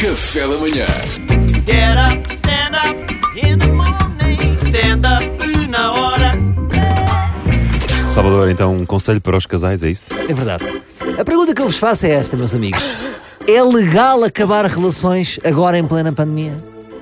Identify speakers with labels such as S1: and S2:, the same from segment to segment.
S1: Café da manhã.
S2: Get up, stand up in the morning. Stand up na hora.
S3: Salvador, então, um conselho para os casais, é isso?
S4: É verdade. A pergunta que eu vos faço é esta, meus amigos. É legal acabar relações agora em plena pandemia?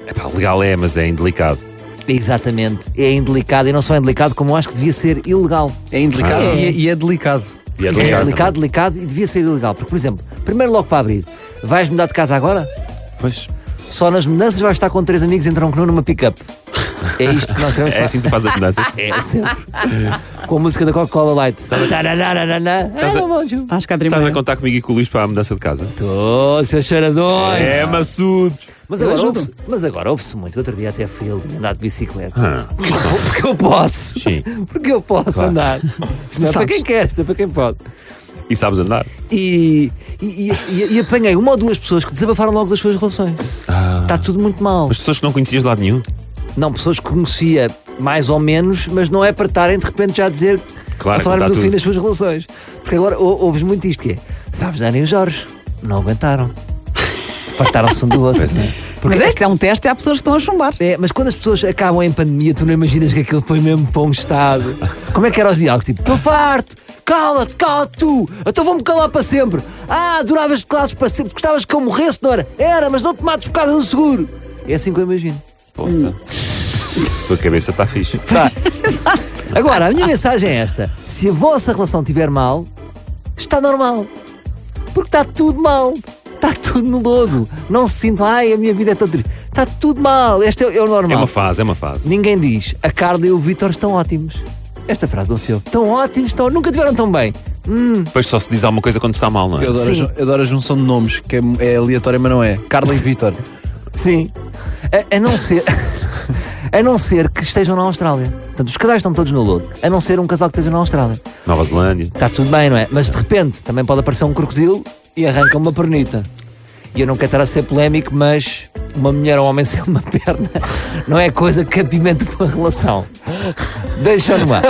S3: Epá, legal é, mas é indelicado.
S4: Exatamente. É indelicado. E não só é indelicado, como eu acho que devia ser ilegal.
S5: É indelicado e, é, e é delicado.
S3: Ah. E é
S4: É
S3: delicado.
S4: delicado, delicado e devia ser ilegal. Porque, por exemplo, primeiro logo para abrir, vais mudar de casa agora?
S3: também. Pois.
S4: Só nas mudanças vais estar com três amigos e entrar um nu numa pick-up. É isto que nós queremos
S3: É assim que tu fazes as mudanças.
S4: É sempre. Com a música da Coca-Cola Light.
S3: Tá
S4: Tararararará. Ah, não vão, Ju.
S6: Acho que há
S3: Estás a
S6: trimestre.
S3: contar comigo e com o Luís para a mudança de casa?
S4: Tô, seus cheiradões.
S3: É, maçudo!
S4: Mas
S6: Eu
S4: agora,
S6: ajudo.
S4: ouve-se, mas agora ouve-se muito. Outro dia até fui ali andar de bicicleta.
S3: Ah,
S4: Porque eu posso.
S3: Sim.
S4: Porque eu posso
S3: Claro.
S4: andar. Isto não é para quem quer, isto é para quem pode.
S3: e sabes andar?
S4: E, e, e- e apanhei uma ou duas pessoas que desabafaram logo das suas relações. Está tudo muito mal.
S3: Ah. Mas pessoas que não conhecias de lado nenhum?
S4: Não, pessoas que conhecia mais ou menos, mas não é para estarem de repente já a dizer
S3: Claro,
S4: a falarmos
S3: contar
S4: do fim
S3: tudo.
S4: das suas relações. Porque agora ou- ouves muito isto que é, sabes, Dani e o Jorge, não aguentaram. Fartaram-se um do outro. Porque
S6: Mas este é um teste e há pessoas que estão a chumbar.
S4: É, mas quando as pessoas acabam em pandemia, tu não imaginas que aquilo foi mesmo para um estado. Como é que eram os diálogos? Tipo, estou farto, cala-te, cala-te tu, então vou-me calar para sempre. Ah, adoravas classes para sempre, gostavas que eu morresse, não era? Era, mas não te mates por causa do seguro. É assim que eu imagino.
S3: Poça. Tua cabeça está fixe.
S4: Pá. Agora, a minha mensagem é esta: se a vossa relação estiver mal, está normal. Porque está tudo mal. Está tudo no lodo. Não se sintam, ai, a minha vida é tão triste. Está tudo mal. Este é, é o
S3: É
S4: normal.
S3: uma fase, é uma fase.
S4: Ninguém diz, a Carla e o Vítor estão ótimos. Esta frase não se ouve. Estão ótimos, estão, nunca tiveram tão bem.
S3: Depois só se diz alguma coisa quando está mal, não é?
S5: Eu adoro, a,
S4: Sim.
S5: ju- eu adoro a junção de nomes, que é, é aleatória, mas não é. Carla e Vítor.
S4: Sim. A, a não ser. A não ser que estejam na Austrália. Portanto, os casais estão todos no lodo. A não ser um casal que esteja na Austrália.
S3: Nova Zelândia.
S4: Está tudo bem, não é? Mas de repente também pode aparecer um crocodilo e arranca uma pernita. E eu não quero estar a ser polémico, mas uma mulher ou um homem sem uma perna não é coisa que apimente uma relação. Deixa no ar.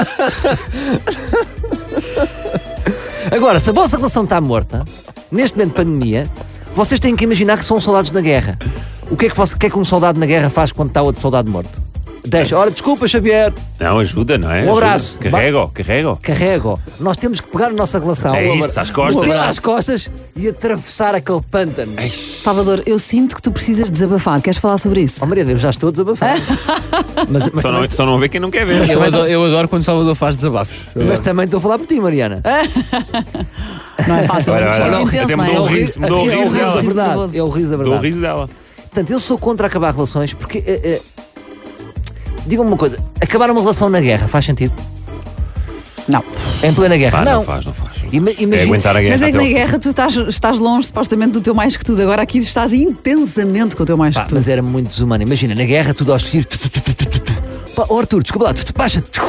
S4: Agora, se a vossa relação está morta, neste momento de pandemia, vocês têm que imaginar que são soldados na guerra. O que é que, você, o que, é que um soldado na guerra faz quando está outro soldado morto? Deixa. Ora, desculpa, Xavier.
S3: Não, ajuda, não é?
S4: Um abraço.
S3: Ajuda. Carrego, carrego.
S4: carrego. Nós temos que pegar a nossa relação.
S3: É isso, às costas. É
S4: Meter
S3: Abraço.
S4: às costas e atravessar aquele pântano.
S6: Salvador, eu sinto que tu precisas desabafar. Queres falar sobre
S4: Oh,
S6: isso?
S4: Mariana, eu já estou desabafado. mas, mas,
S3: Só
S4: também,
S3: não, só não vê quem não quer ver.
S5: Eu adoro, eu adoro quando Salvador faz desabafos.
S3: é-
S4: mas também estou a falar por ti, Mariana.
S6: Não é fácil.
S3: Olha,
S6: é
S3: olha,
S6: muito
S3: olha,
S6: intenso,
S3: até
S6: não
S3: me
S6: é?
S3: dou um
S6: É
S3: riso, me dou um
S4: Aqui é o
S3: riso
S4: riso da
S3: dela.
S4: verdade. É o riso da
S3: Dou o
S4: verdade.
S3: riso dela.
S4: Portanto, eu sou contra acabar relações porque. eh, eh, Digam-me uma coisa, acabar uma relação na guerra faz sentido?
S6: Não.
S4: Em plena guerra?
S3: Pá,
S4: não.
S3: não faz, não faz.
S4: Ima-
S3: É
S4: imagina-
S3: aguentar a guerra.
S6: Mas é que
S3: até
S6: na
S3: ao fim.
S6: guerra tu estás, estás longe supostamente do teu mais que tudo. Agora aqui estás intensamente com o teu mais
S4: Pá,
S6: que tudo.
S4: mas é era muito desumano. Imagina, na guerra, tudo aos tiros. Tu, tu, tu, tu, tu, tu. Pá, oh, Arthur, desculpa lá, tu, tu, baixa. Tu.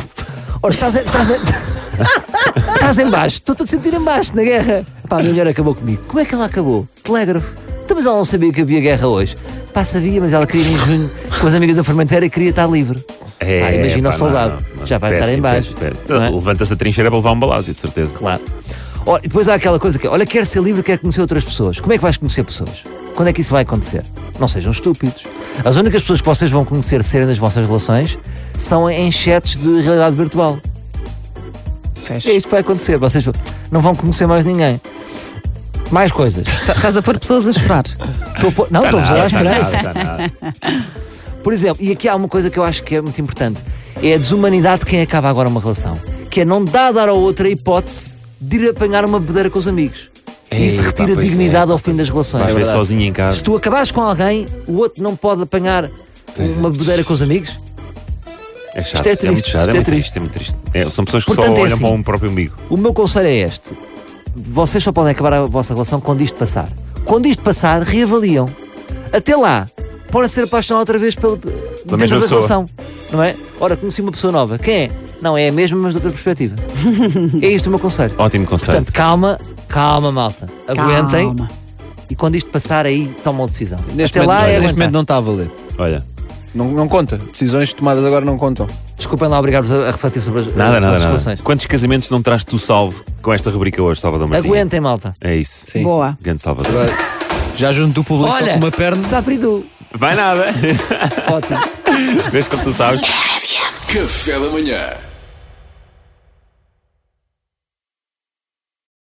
S4: Ora, estás, a- estás, a- estás em baixo. Estou a sentir em baixo na guerra. Pá, a minha mulher acabou comigo. Como é que ela acabou? Telégrafo. Então, mas ela não sabia que havia guerra hoje. Pá, sabia, mas ela queria ir em junho com as amigas da fermenteira e queria estar livre.
S3: É,
S4: Pá, Ah, imagina
S3: pá,
S4: o soldado.
S3: não, não.
S4: Já vai estar
S3: Péssimo,
S4: em baixo.
S3: péssimo, péssimo.
S4: não é?
S3: Levanta-se a trincheira para levar um balásio, de certeza.
S4: Claro. Ora, e depois há aquela coisa que é, olha, quero ser livre, quero conhecer outras pessoas. Como é que vais conhecer pessoas? Quando é que isso vai acontecer? Não sejam estúpidos. As únicas pessoas que vocês vão conhecer serem nas vossas relações são em chats de realidade virtual. É isto que vai acontecer. Vocês não vão conhecer mais ninguém. Mais coisas.
S6: Tá- Estás a pôr pessoas a chorar.
S4: Estou a pôr- Não, estou-vos a dar
S3: Está Tá nada,
S4: esperança.
S3: está
S4: É
S3: nada.
S4: Por exemplo, e aqui há uma coisa que eu acho que é muito importante: é a desumanidade de quem acaba agora uma relação. Que é não dá a dar ao outro a hipótese de ir apanhar uma bebedeira com os amigos. E isso
S3: Ei, pá,
S4: retira
S3: pois é.
S4: dignidade ao fim das relações. É
S3: Vais ver
S4: verdade.
S3: sozinho em
S4: Se
S3: casa.
S4: tu acabares com alguém, o outro não pode apanhar uma bebedeira com os amigos?
S3: É chato,
S4: Isto é
S3: é, muito
S4: triste,
S3: chato, é,
S4: isto é
S3: muito triste, é muito triste. É, são pessoas que
S4: Portanto,
S3: só
S4: é
S3: olham
S4: assim.
S3: para um próprio umbigo.
S4: O meu conselho é este: vocês só podem acabar a vossa relação quando isto passar. Quando isto passar, reavaliam. Até lá, podem ser apaixonados outra vez pelo, dentro
S3: mesma
S4: da
S3: pessoa.
S4: relação. Não é? Ora, conheci uma pessoa nova. Quem é? Não, é a mesma, mas de outra perspectiva. é isto o meu conselho.
S3: Ótimo conselho.
S4: Portanto, calma, calma, malta. Aguentem
S6: Calma.
S4: e quando isto passar, aí tomam a decisão.
S5: Neste,
S4: Até
S5: momento,
S4: lá é
S5: neste
S4: aguentar.
S5: momento não está a valer.
S3: Olha,
S5: Não, não conta. Decisões tomadas agora não contam.
S4: Desculpem lá obrigar-vos a a refletir sobre as,
S3: nada, nada,
S4: as vossas
S3: nada.
S4: relações.
S3: Quantos casamentos não
S5: assim?
S3: traz tu salvo com esta rubrica hoje, Salvador Martins?
S4: Aguentem, malta.
S3: É isso.
S5: Sim.
S6: Boa.
S3: Grande Salvador.
S5: Agora- Já junto do público só
S4: Olha,
S5: com uma perna.
S4: Sapridu.
S3: Vai nada.
S4: Ótimo.
S3: Vês como tu sabes.
S1: Café da manhã.